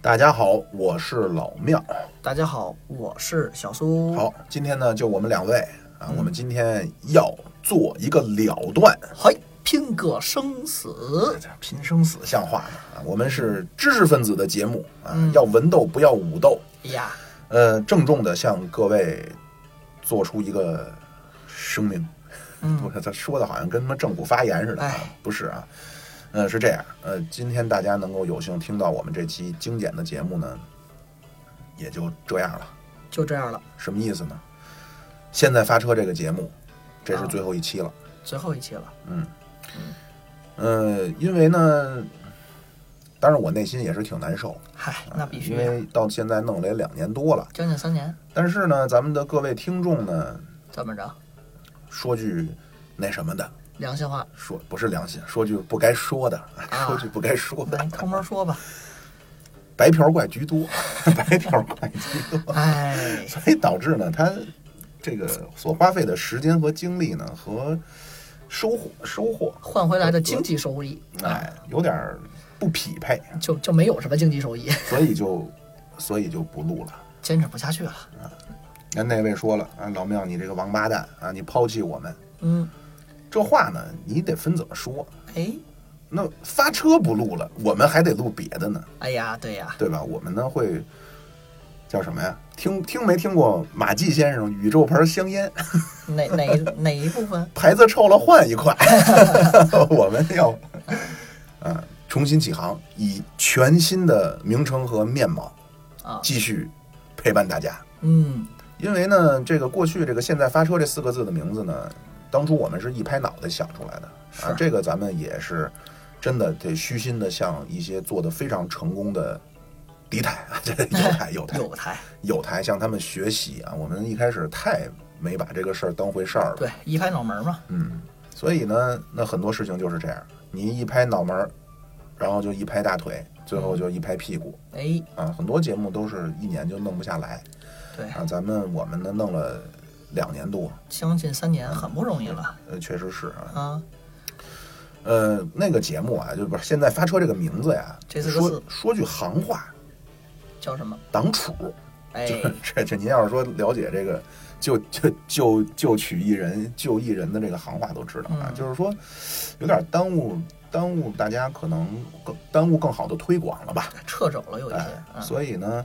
大家好，我是老庙。大家好，我是小苏。好，今天呢就我们两位啊，我们今天要做一个了断，嘿，拼个生死，拼生死像话吗？啊，我们是知识分子的节目啊，要文斗不要武斗，呀，呃，郑重的向各位做出一个声明。嗯不是，他说的好像跟他妈政府发言似的啊哎，不是啊，呃，是这样，呃，今天大家能够有幸听到我们这期精简的节目呢，也就这样了。就这样了，什么意思呢？现在发车这个节目，这是啊最后一期了。最后一期了。呃，因为呢，当然我内心也是挺难受，嗨，那必须啊因呀，为到现在弄了也两年多了。将近三年，但是呢，咱们的各位听众呢，怎么着？说句那什么的，良心话，说不是良心，说句不该说的，啊说句不该说的那，你抠门说 吧。白嫖怪居多， 白嫖怪居多，哎，所以导致呢，他这个所花费的时间和精力呢，和收获收获换回来的经济收益，啊，哎，有点儿不匹配，就就没有什么经济收益， 所以就，所以就不录了。坚持不下去了。那那位说了啊，老庙你这个王八蛋啊，你抛弃我们，嗯，这话呢你得分怎么说。哎，那发车不录了，我们还得录别的呢，哎呀，对呀，对吧？我们呢会叫什么呀？听听没听过马季先生宇宙牌香烟，哪 哪哪一部分？牌子臭了换一块， 我们要啊重新起航，以全新的名称和面貌啊继续陪伴大家。嗯，因为呢，这个过去这个“现在发车”这四个字的名字呢，当初我们是一拍脑袋想出来的啊是。这个咱们也是真的得虚心的向一些做的非常成功的敌台 啊，这个友台友台哎有台，友台向他们学习啊。我们一开始太没把这个事儿当回事儿了，对，一拍脑门嘛。嗯，所以呢，那很多事情就是这样，你一拍脑门儿，然后就一拍大腿，最后就一拍屁股哎，啊。很多节目都是一年就弄不下来对，啊，咱们我们呢弄了两年多。将近三年很不容易了呃，确实是啊。啊。呃，那个节目啊，就不是现在发车这个名字呀，这四个说字说句行话，叫什么？党楚。哎，这这您要是说了解这个，就就就就取一人就一人的这个行话都知道啊，嗯就是说有点耽误耽误大家可能更耽误更好的推广了吧。掣肘了有一些哎，，嗯。所以呢，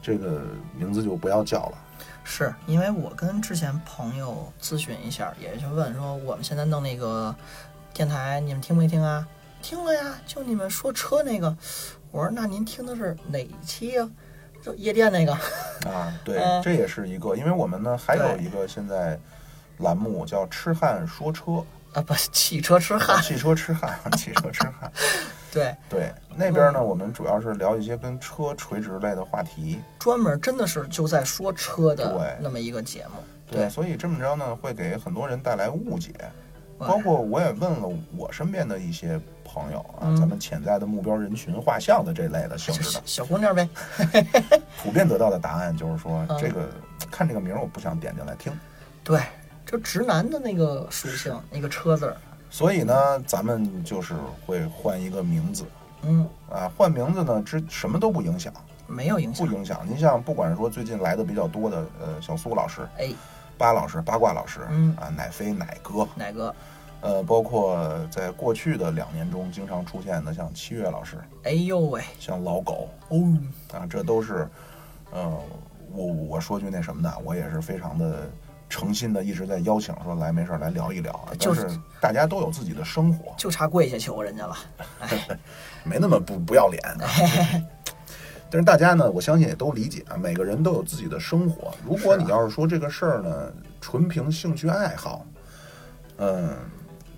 这个名字就不要叫了。是因为我跟之前朋友咨询一下，也就问说我们现在弄那个电台，你们听没听啊？听了呀，就你们说车那个，我说那您听的是哪一期呀、就夜店那个， 啊，对，嗯这也是一个，因为我们呢还有对一个现在栏目叫“痴汉说车啊不，汽车痴”， 汉，汽车痴汉，汽车痴汉。对，对，嗯那边呢，我们主要是聊一些跟车垂直类的话题。专门真的是就在说车对的那么一个节目，对，对所以这么着呢，会给很多人带来误解。哇包括我也问了我身边的一些朋友啊，嗯咱们潜在的目标人群画像的这类的性就质小的，小姑娘呗，普遍得到的答案就是说，嗯这个看这个名儿我不想点进来听。对，就直男的那个属性，那个车字儿，所以呢，咱们就是会换一个名字嗯，啊，换名字呢，之什么都不影响，没有影不响，影响。您像不管是说最近来的比较多的，呃，小苏老师、哎，巴老师、八卦老师，嗯啊，奶飞、奶哥，哪个？呃，包括在过去的两年中经常出现的，像七月老师、哎呦喂，像老狗哦，啊，这都是，呃，我我说句那什么的，我也是非常的诚心的，一直在邀请说来没事儿来聊一聊啊。但就是是大家都有自己的生活，就差跪下求人家了，哎。没那么不不要脸的。 但是大家呢，我相信也都理解啊，每个人都有自己的生活。如啊果你要是说这个事儿呢，纯凭兴趣爱好，嗯，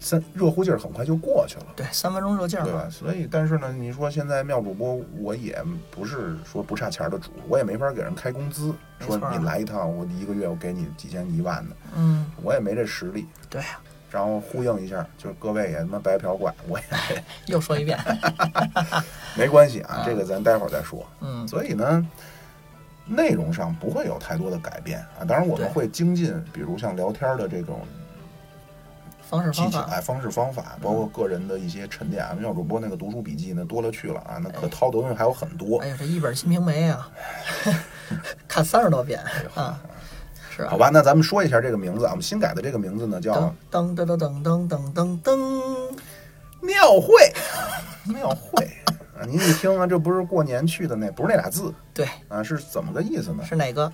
三热乎劲儿很快就过去了。对，三分钟热劲儿对嘛吧？。所以，但是呢，你说现在妙主播，我也不是说不差钱儿的主，我也没法给人开工资，没说错啊儿你来一趟，我一个月我给你几千一万的，嗯，我也没这实力。对，啊然后呼应一下，就是各位也他妈白嫖惯，我也又说一 遍。没关系啊啊，这个咱待会儿再说。嗯，所以呢，内容上不会有太多的改变啊。当然，我们对会精进，比如像聊天儿的这种方式技方巧法，哎方式方法，包括个人的一些沉淀啊。妙主播那个读书笔记呢，多了去了啊，那可哎掏的东西还有很多哎。呀，这一本《金瓶梅》啊， 看三十多遍好啊，是吧哎好？吧，那咱们说一下这个名字啊，我们新改的这个名字呢叫噔噔噔噔噔噔噔噔，庙会，庙会啊，您一听啊，这不是过年去的那，不是那俩字对，啊，是怎么个意思呢？是哪个？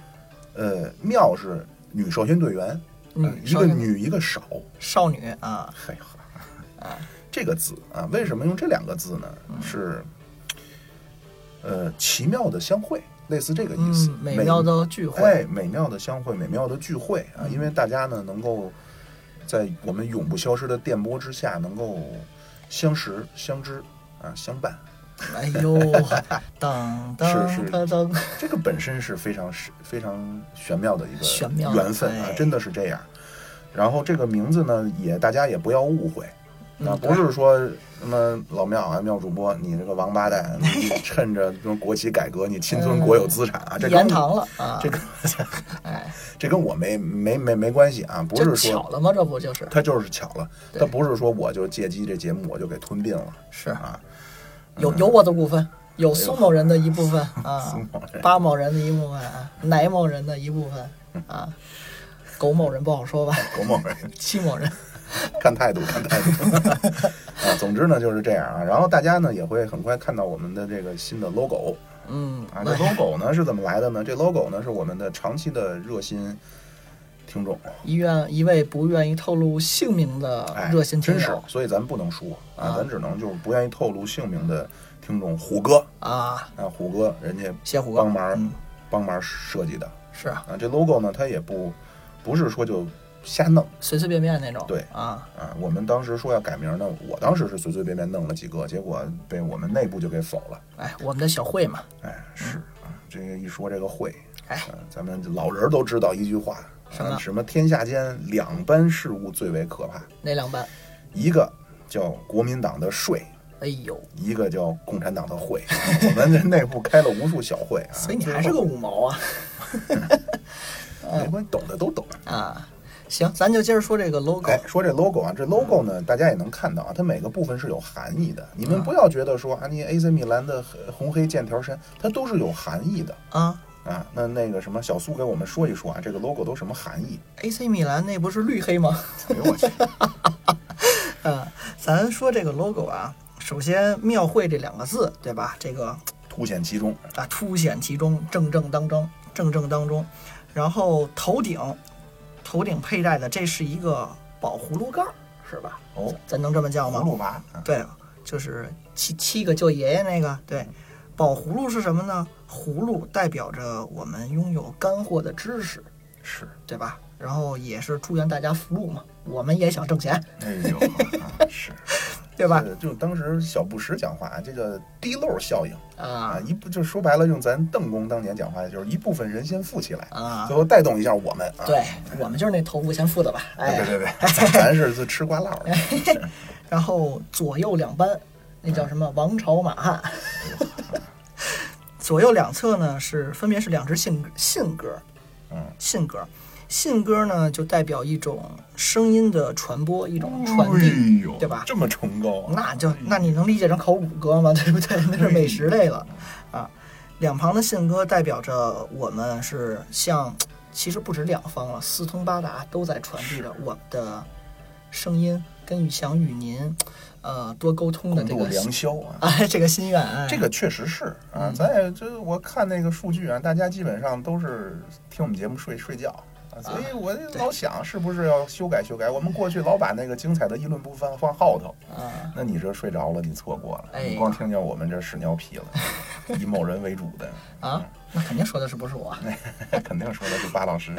呃，庙是女少先队员，呃女一个少女女一个少，少女啊，嘿呵， 这个字啊，为什么用这两个字呢？嗯是，呃，奇妙的相会，类似这个意思嗯，，美妙的聚会，嗯哎，美妙的相会，美妙的聚会啊，因为大家呢能够在我们永不消失的电波之下，能够相识、相知啊、相伴，哎 呦，是噔噔是噔噔，这个本身是非常是非常玄妙的一玄个妙缘分啊哎，真的是这样。然后这个名字呢，也大家也不要误会。嗯那不是说什么老庙啊，庙主播，你这个王八蛋， 你趁着什么国企改革，嗯你侵吞国有资产啊，这跟言堂了啊， 这跟哎，这跟我没没没没关系啊，不这是说巧了吗？这不就是他就是巧了，对他不是说我就借机这节目我就给吞并了是啊，有有我的股份，有苏某人的一部分啊哎某人，八某人的一部分啊，奶某人的一部分啊，狗某人不好说吧，我某人七某人，看态 度看态度啊，总之呢就是这样啊，然后大家呢也会很快看到我们的这个新的 logo 嗯，啊，这 logo 呢是怎么来的呢？这 logo 呢是我们的长期的热心听众。一愿一位不愿意透露姓名的哎，热心听真是友，所以咱不能说啊啊，咱只能就是不愿意透露姓名的听众虎哥啊，啊，虎哥人家谢虎哥帮忙、嗯帮忙设计的是啊啊，这 logo 呢，它也不不是说就瞎弄随随便便那种，对啊，啊。我们当时说要改名呢，我当时是随随便便弄了几个，结果被我们内部就给否了。哎，我们的小慧嘛，哎，是啊，这个一说这个会，嗯哎啊咱们老人都知道一句话，什啊么什么天下间两般事物最为可怕，那两班，一个叫国民党的税。哎呦，一个叫共产党的会， 我们这内部开了无数小会啊， 所以你还是嗯个五毛 啊没哎关系，懂的都懂。啊，行，咱就接着说这个 logo，哎，说这 logo 啊，这 logo 呢，大家也能看到啊，它每个部分是有含义的。你嗯们不要觉得说啊，你 AC 米兰的红黑剑条衫，它都是有含义的啊啊。那那个什么，小苏给我们说一说啊，这个 logo 都什么含义？ ，AC 米兰那不是绿黑吗？哎呦我去，啊，咱说这个 logo 啊，首先“庙会”这两个字，对吧？这个凸显其中，啊，凸显其中，正正当当，正正当中。然后头顶，头顶佩戴的这是一个宝葫芦盖儿，是吧？哦，咱能这么叫葫吗？芦娃啊，对，就是七七个救爷爷那个。对，宝葫芦是什么呢？葫芦代表着我们拥有干货的知识，是，对吧？然后也是祝愿大家福禄嘛，我们也想挣钱，哎 呦，啊是，对吧？这就当时小布什讲话，啊这个滴漏效应。啊啊，一部就说白了，用咱邓公当年讲话，就是一部分人先富起来，啊最，后带动一下我们啊。对我们就是那头部先付的吧？别哎，别别， 咱咱是自吃瓜落的，然后左右两班，那叫什么王朝 马汉。左右两侧呢是分别是两只信信鸽，嗯，信鸽，信鸽呢就代表一种声音的传播，一种传递。哎呦对吧这么崇高啊，那就那你能理解成烤乳鸽吗？ 对不对？那是美食类了啊。两旁的信鸽代表着我们是向，其实不止两方了，四通八达都在传递着我们的声音，跟想与您，呃，多沟通的共这度个良宵啊。哎，这个心愿，哎、这个确实是嗯啊，咱也就是我看那个数据啊，大家基本上都是听我们节目睡睡觉，啊所以我就对老想是不是要修改修改。我们过去老把那个精彩的议论部分放后头，啊，那你这睡着了，你错过了，哎你光听见我们这屎尿屁了，以某人为主的 啊，那肯定说的是不是我？ 肯定说的是巴老师。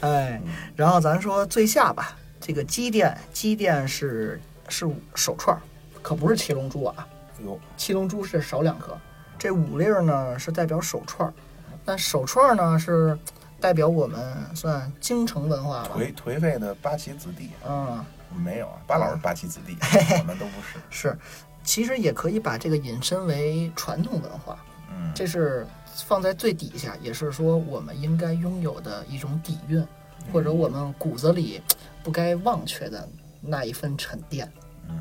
哎，然后咱说最下吧，这个机电，机电是是手串儿，可不是七龙珠啊，有七龙珠是少两颗，这五粒儿呢是代表手串儿，那手串儿呢是代表我们算京城文化吧，颓颓废的八旗子弟嗯，没有啊，巴老是八旗子弟，我们都不是。是，其实也可以把这个引申为传统文化，嗯，这是放在最底下，也是说我们应该拥有的一种底蕴，或者我们骨子里不该忘却的那一份沉淀。嗯，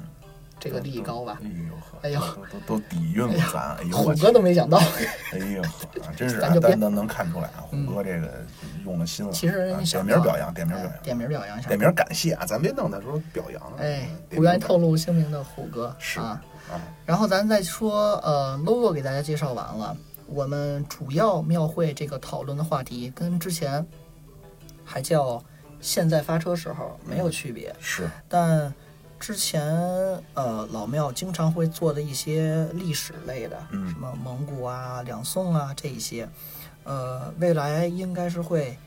这个利益高吧？哎呦呵，哎呦都都都底蕴了咱，哎呦虎我去哥都没想到，哎呦呵，啊真是咱啊就，别嗯但能能看出来啊，虎哥这个用了心了。其实人啊家点想名到表扬，点名表哎扬，点名表扬一下点。名感谢啊，咱别弄他说表扬啊。哎，点不愿意名感透露姓名的虎哥是啊。啊，然后咱再说，呃，logo 给大家介绍完了，我们主要庙会这个讨论的话题跟之前还叫现在发车时候没有区别，是但之前呃老庙经常会做的一些历史类的，嗯什么蒙古啊、两宋啊这一些，呃，未来应该是会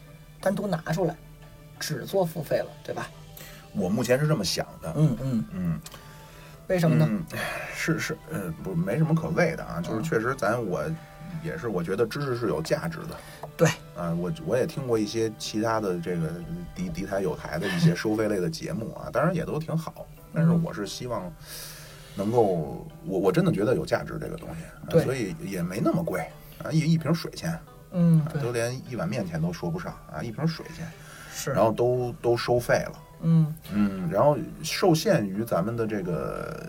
单独拿出来，只做付费了，对吧？我目前是这么想的。嗯嗯，嗯，为什么呢？嗯，是是，呃，不，没什么可谓的啊，就是嗯确实咱我也是，我觉得知识是有价值的。对，啊，我我也听过一些其他的这个敌敌台有台的一些收费类的节目啊，当然也都挺好，但是嗯我是希望能够，我我真的觉得有价值这个东西，啊对所以也没那么贵啊，一一瓶水钱啊，嗯，都对，连一碗面钱都说不上啊，一瓶水钱，是然，后都都收费了。嗯。嗯，然后受限于咱们的这个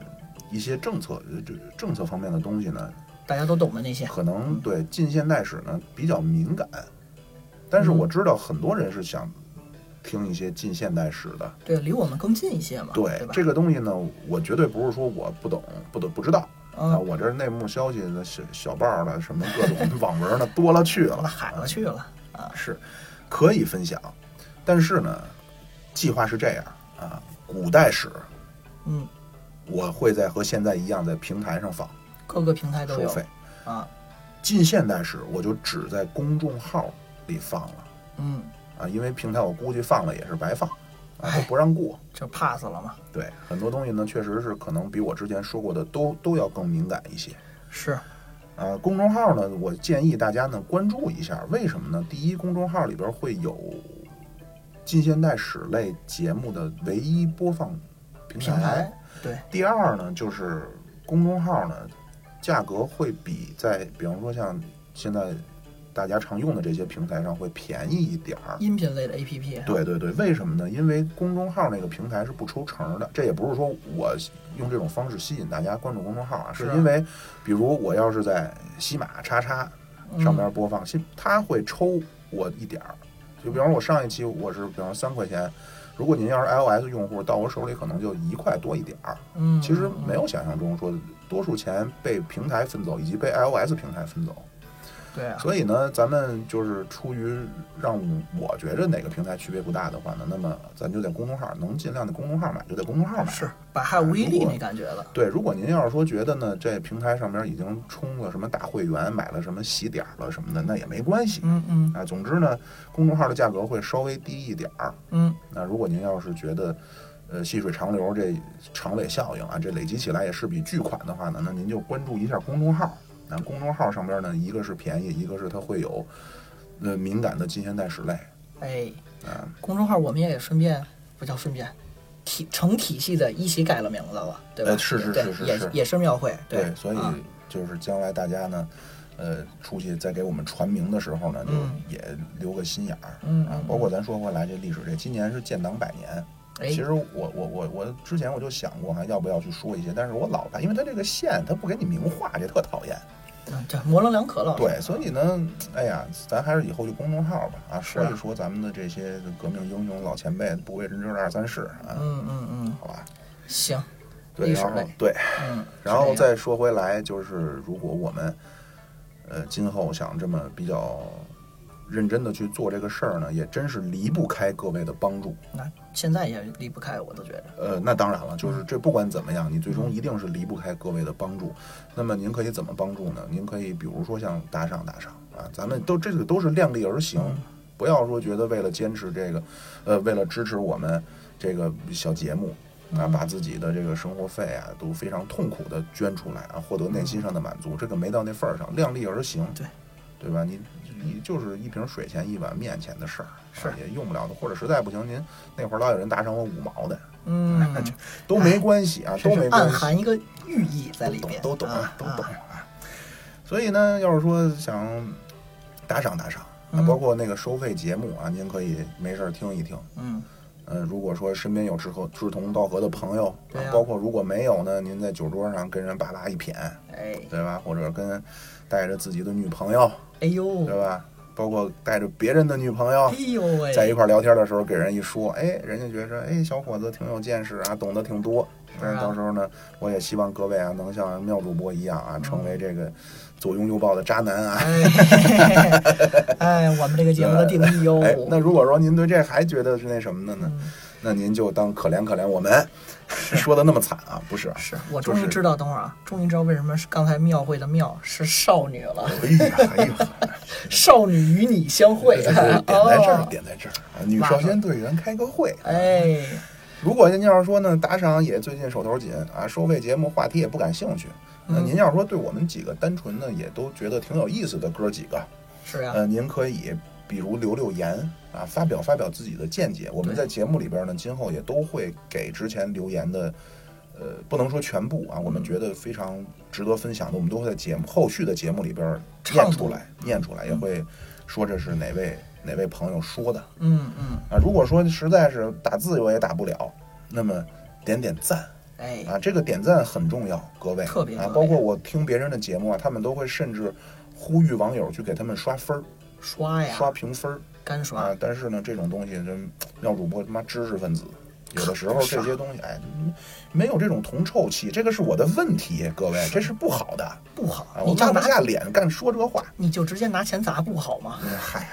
一些政策，呃这政策方面的东西呢，大家都懂的那些。可能对近现代史呢比较敏感，但是嗯我知道很多人是想听一些近现代史的。对，离我们更近一些嘛，对啊吧？这个东西呢，我绝对不是说我不懂、不懂、不知道啊，嗯，我这内幕消息的小小报了，什么各种网文呢多了去我了，海了去了。是可以分享，但是呢，计划是这样啊，古代史嗯，我会在和现在一样在平台上放各个平台都收有费。啊。近现代史我就只在公众号里放了嗯，啊，因为平台我估计放了也是白放啊，哎都不让过。就 pass 了嘛。对，很多东西呢，确实是可能比我之前说过的都都要更敏感一些。是，啊，公众号呢，我建议大家呢关注一下，为什么呢？第一，公众号里边会有近现代史类节目的唯一播放平台。平台对，第二呢，就是公众号呢，价格会比在比方说像现在大家常用的这些平台上会便宜一点儿。音频类的 APP。对对对，为什么呢？因为公众号那个平台是不抽成的，这也不是说我用这种方式吸引大家关注公众号啊，是是因为比如我要是在喜马叉叉嗯上边播放，其它会抽我一点儿。就比方说，我上一期我是比方三块钱，如果您要是 iOS 用户，到我手里可能就一块多一点儿。嗯，其实没有想象中说多数钱被平台分走，以及被 iOS 平台分走。对啊，所以呢，咱们就是出于让我觉着哪个平台区别不大的话呢，那么咱就在公众号能尽量在公众号买就在公众号买。是百害无一利如果那感觉了。对，如果您要是说觉得呢，这平台上面已经充了什么大会员，买了什么喜点儿了什么的，那也没关系。嗯嗯啊，总之呢，公众号的价格会稍微低一点儿。嗯，那如果您要是觉得，呃，细水长流这长尾效应啊，这累积起来也是笔巨款的话呢，那您就关注一下公众号。那公众号上边呢，一个是便宜，一个是它会有，呃，敏感的近现代史类。哎，啊，公众号我们也顺便，不叫顺便。体成体系的一起改了名字了，对吧？呃是是对是是也是也是庙会，所以啊就是将来大家呢，呃，出去再给我们传名的时候呢，就嗯也留个心眼儿。嗯啊嗯，包括咱说回来这历史，这今年是建党百年。哎其，实我我我我之前我就想过哈，要不要去说一些，但是我老怕，因为它这个线它不给你明画，这特讨厌。嗯这模棱两可了。对，所以呢，哎呀，咱还是以后就公众号吧，啊，说啊一说咱们的这些革命英雄老前辈，不为人知的二三事啊，嗯嗯嗯，好吧？行，对，历史然后类对，嗯，然后是这再样说回来，就是如果我们呃今后想这么比较认真的去做这个事儿呢，也真是离不开各位的帮助。那现在也离不开，我都觉 得。呃，那当然了，就是这不管怎么样，你最终一定是离不开各位的帮助。那么您可以怎么帮助呢？您可以比如说像打赏打赏啊，咱们都这个嗯都是量力而行，不要说觉得为了坚持这个，呃，为了支持我们这个小节目啊，嗯把自己的这个生活费啊都非常痛苦的捐出来啊，获得内心上的满足，这个没到那份儿上，量力而行，对，对吧？你你就是一瓶水钱一碗面钱的事儿，是啊也用不了的，或者实在不行，您那会儿老有人打赏我五毛的，嗯，都没关系啊，这都是没关暗系。含一个寓意在里都边，都懂啊，都懂啊啊。所以呢，要是说想打赏打赏啊，嗯包括那个收费节目啊，您可以没事儿听一听。嗯，呃，如果说身边有志合志同道合的朋友，啊对啊呀包括如果没有呢，您在酒桌上跟人巴拉一谝，哎，对吧？或者跟带着自己的女朋友，哎呦，对吧？包括带着别人的女朋友哎，呦喂，在一块儿聊天的时候，给人一说，哎，人家觉着，哎，小伙子挺有见识啊，懂得挺多。是啊嗯，到时候呢，我也希望各位啊，能像妙主播一样啊，成为这个左拥右抱的渣男啊。哎， 哎，我们这个节目的定义哟。哎，那如果说您对这还觉得是那什么的呢，嗯那您就当可怜可怜我们，说的那么惨啊，不是啊？是我就终于是知道，等会儿啊，终于知道为什么是刚才庙会的庙是少女了，哎呀，哎 呀，少女与你相会这就是点 在这儿，哦，点在这儿啊，女少先队员开个会。哎，如果您要是说呢，打赏也最近手头紧啊，收费节目话题也不感兴趣，那您要是说对我们几个单纯呢也都觉得挺有意思的哥几个，是啊呀，呃，您可以比如留留言啊，发表发表自己的见解。我们对在节目里边呢，今后也都会给之前留言的，呃，不能说全部啊，我们觉得非常值得分享的，我们都会在节目后续的节目里边念唱出来，念出来也会说这是哪位哪位朋友说的嗯嗯，啊。如果说实在是打字我也打不了，那么点点赞。哎，啊，这个点赞很重要，各位，特别啊特，别包括我听别人的节目啊，他们都会甚至呼吁网友去给他们刷分儿、刷呀，刷评分儿干刷啊。，但是呢，这种东西，真妙主播他妈知识分子，有的时候这些东西，哎，没有这种同臭气，这个是我的问题，各位，这是不好的啊，不好，我你就拉不拿下脸干说这话，你就直接拿钱砸不好吗？嗯嗨。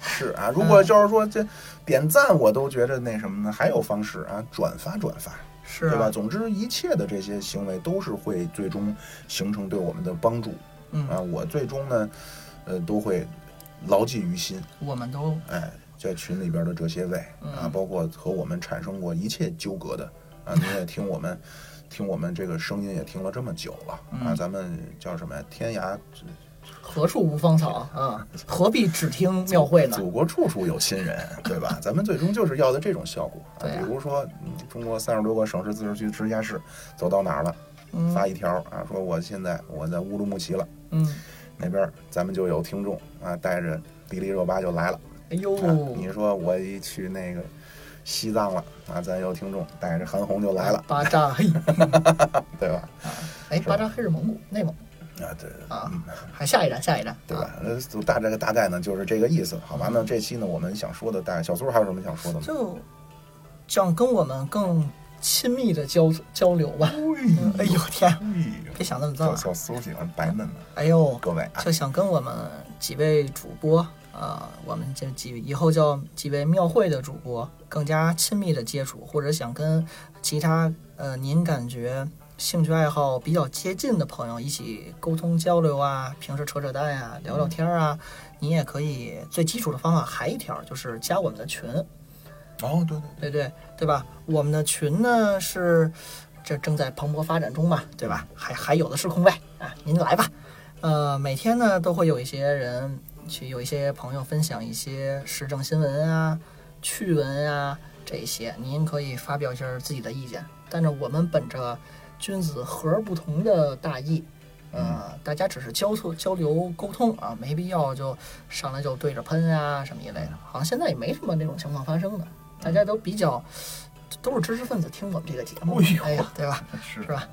是啊，如果就是说这点赞我都觉得那什么呢，还有方式啊，转发转发，是对吧？啊，总之，一切的这些行为都是会最终形成对我们的帮助啊！嗯，我最终呢，呃，都会牢记于心。我们都哎，在群里边的这些位啊，嗯包括和我们产生过一切纠葛的啊，您也听我们听我们这个声音也听了这么久了啊，嗯咱们叫什么呀？天涯何处 无芳草啊，何必只听庙会呢？祖国处处有亲 人，对吧？咱们最终就是要的这种效果对啊比如说，嗯中国三十多个省市自治区直辖市走到哪儿了，嗯发一条啊，说我现在我在乌鲁木齐了，嗯，那边儿咱们就有听众啊，带着迪丽热巴就来了。哎呦，啊你说我一去那个西藏了啊，咱有听众带着韩红就来了，巴扎 嘿，嗯对吧？哎，是巴扎黑是蒙古内蒙啊，对。啊嗯，还下一站，下一站，对啊？吧？呃，就大这个大概呢，就是这个意思，好吧？那这期呢，我们想说的大概，小苏还有什么想说的吗？就想跟我们更亲密的交交流吧。嗯哎呦天，别想那么小脏啊！小苏喜欢白嫩的，哎呦，各位啊，就想跟我们几位主播啊、我们这几以后叫几位庙会的主播更加亲密的接触，或者想跟其他呃您感觉兴趣爱好比较接近的朋友一起沟通交流啊，平时扯扯淡呀、聊聊天啊，你也可以最基础的方法还一条就是加我们的群，哦，对对对对对吧？我们的群呢是这正在蓬勃发展中嘛，对吧？还还有的是空位啊，您来吧。呃，每天呢都会有一些人去，有一些朋友分享一些时政新闻啊、趣闻啊这一些，您可以发表一下自己的意见。但是我们本着君子和而不同的大义，呃，大家只是交错交流沟通啊，没必要就上来就对着喷啊什么一类的。好像现在也没什么那种情况发生的，大家都比较都是知识分子，听我们这个节目哎呦，哎呀，对吧？对，是是吧？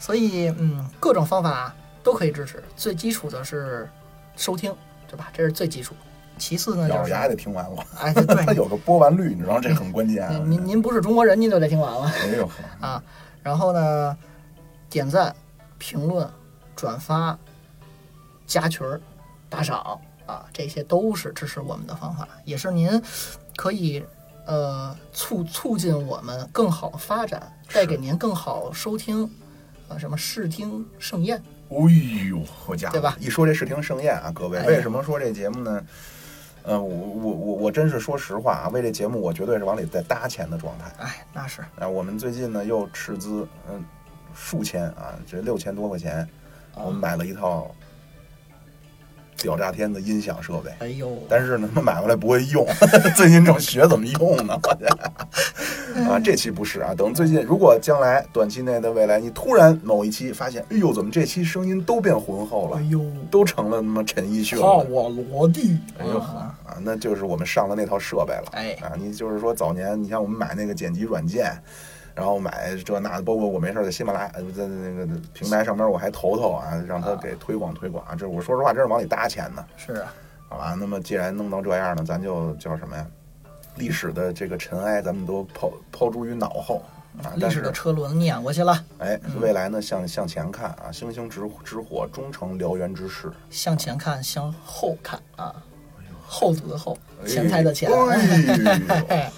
所以，嗯，各种方法都可以支持。最基础的是收听，对吧？这是最基础。其次呢，咬就着是牙得听完我。哎，对，它对有个播完率，你知道这很关键啊。您您您不是中国人，您就得听完了。哎呦，啊，然后呢，点赞、评论、转发、加群儿、打赏啊，这些都是支持我们的方法，也是您可以呃促促进我们更好发展，带给您更好收听。呃，什么视听盛宴？哎呦，好家伙！对吧一说这视听盛宴啊，各位，哎为什么说这节目呢？呃，我我我我真是说实话啊，为这节目我绝对是往里在搭钱的状态。哎，那是啊，我们最近呢又斥资嗯数千啊，这六千多块钱，啊我们买了一套屌炸天的音响设备。哎呦，但是呢，他妈买回来不会用， 最近正学怎么用呢。我去嗯啊，这期不是啊，等最近如果将来短期内的未来，你突然某一期发现，哎呦，怎么这期声音都变浑厚了哎，呦，都成了他妈陈奕迅靠了我罗地，哎呦啊啊，那就是我们上了那套设备了。哎，啊，你就是说早年，你像我们买那个剪辑软件，然后买这那的，包括我没事儿在喜马拉雅呃在那个平台上面我还投投啊，让他啊给推广推广啊。这我说实话，真是往里搭钱呢。是啊，好吧，那么既然弄到这样呢，咱就叫什么呀？历史的这个尘埃，咱们都抛抛诸于脑后啊。历但史是的，车轮碾过去了，哎，未来呢，向向前看啊，星星之之火，终成燎原之势。向前看，向后看啊，后族的后，哎前台的前，哎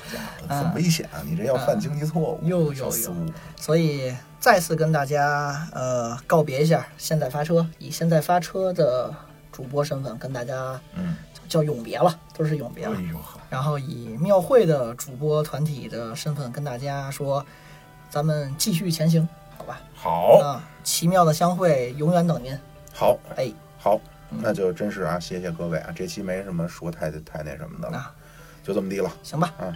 呦，很危险啊！你这要犯经济错误，又又小又苏所以再次跟大家呃告别一下，现在发车以现在发车的主播身份跟大家嗯，叫永别了，都是永别哎了。呦，然后以庙会的主播团体的身份跟大家说，咱们继续前行，好吧？好，啊，奇妙的相会永远等您。好，哎，好，那就真是啊，谢谢各位啊，这期没什么说太太那什么的了，啊，就这么地了。行吧，啊，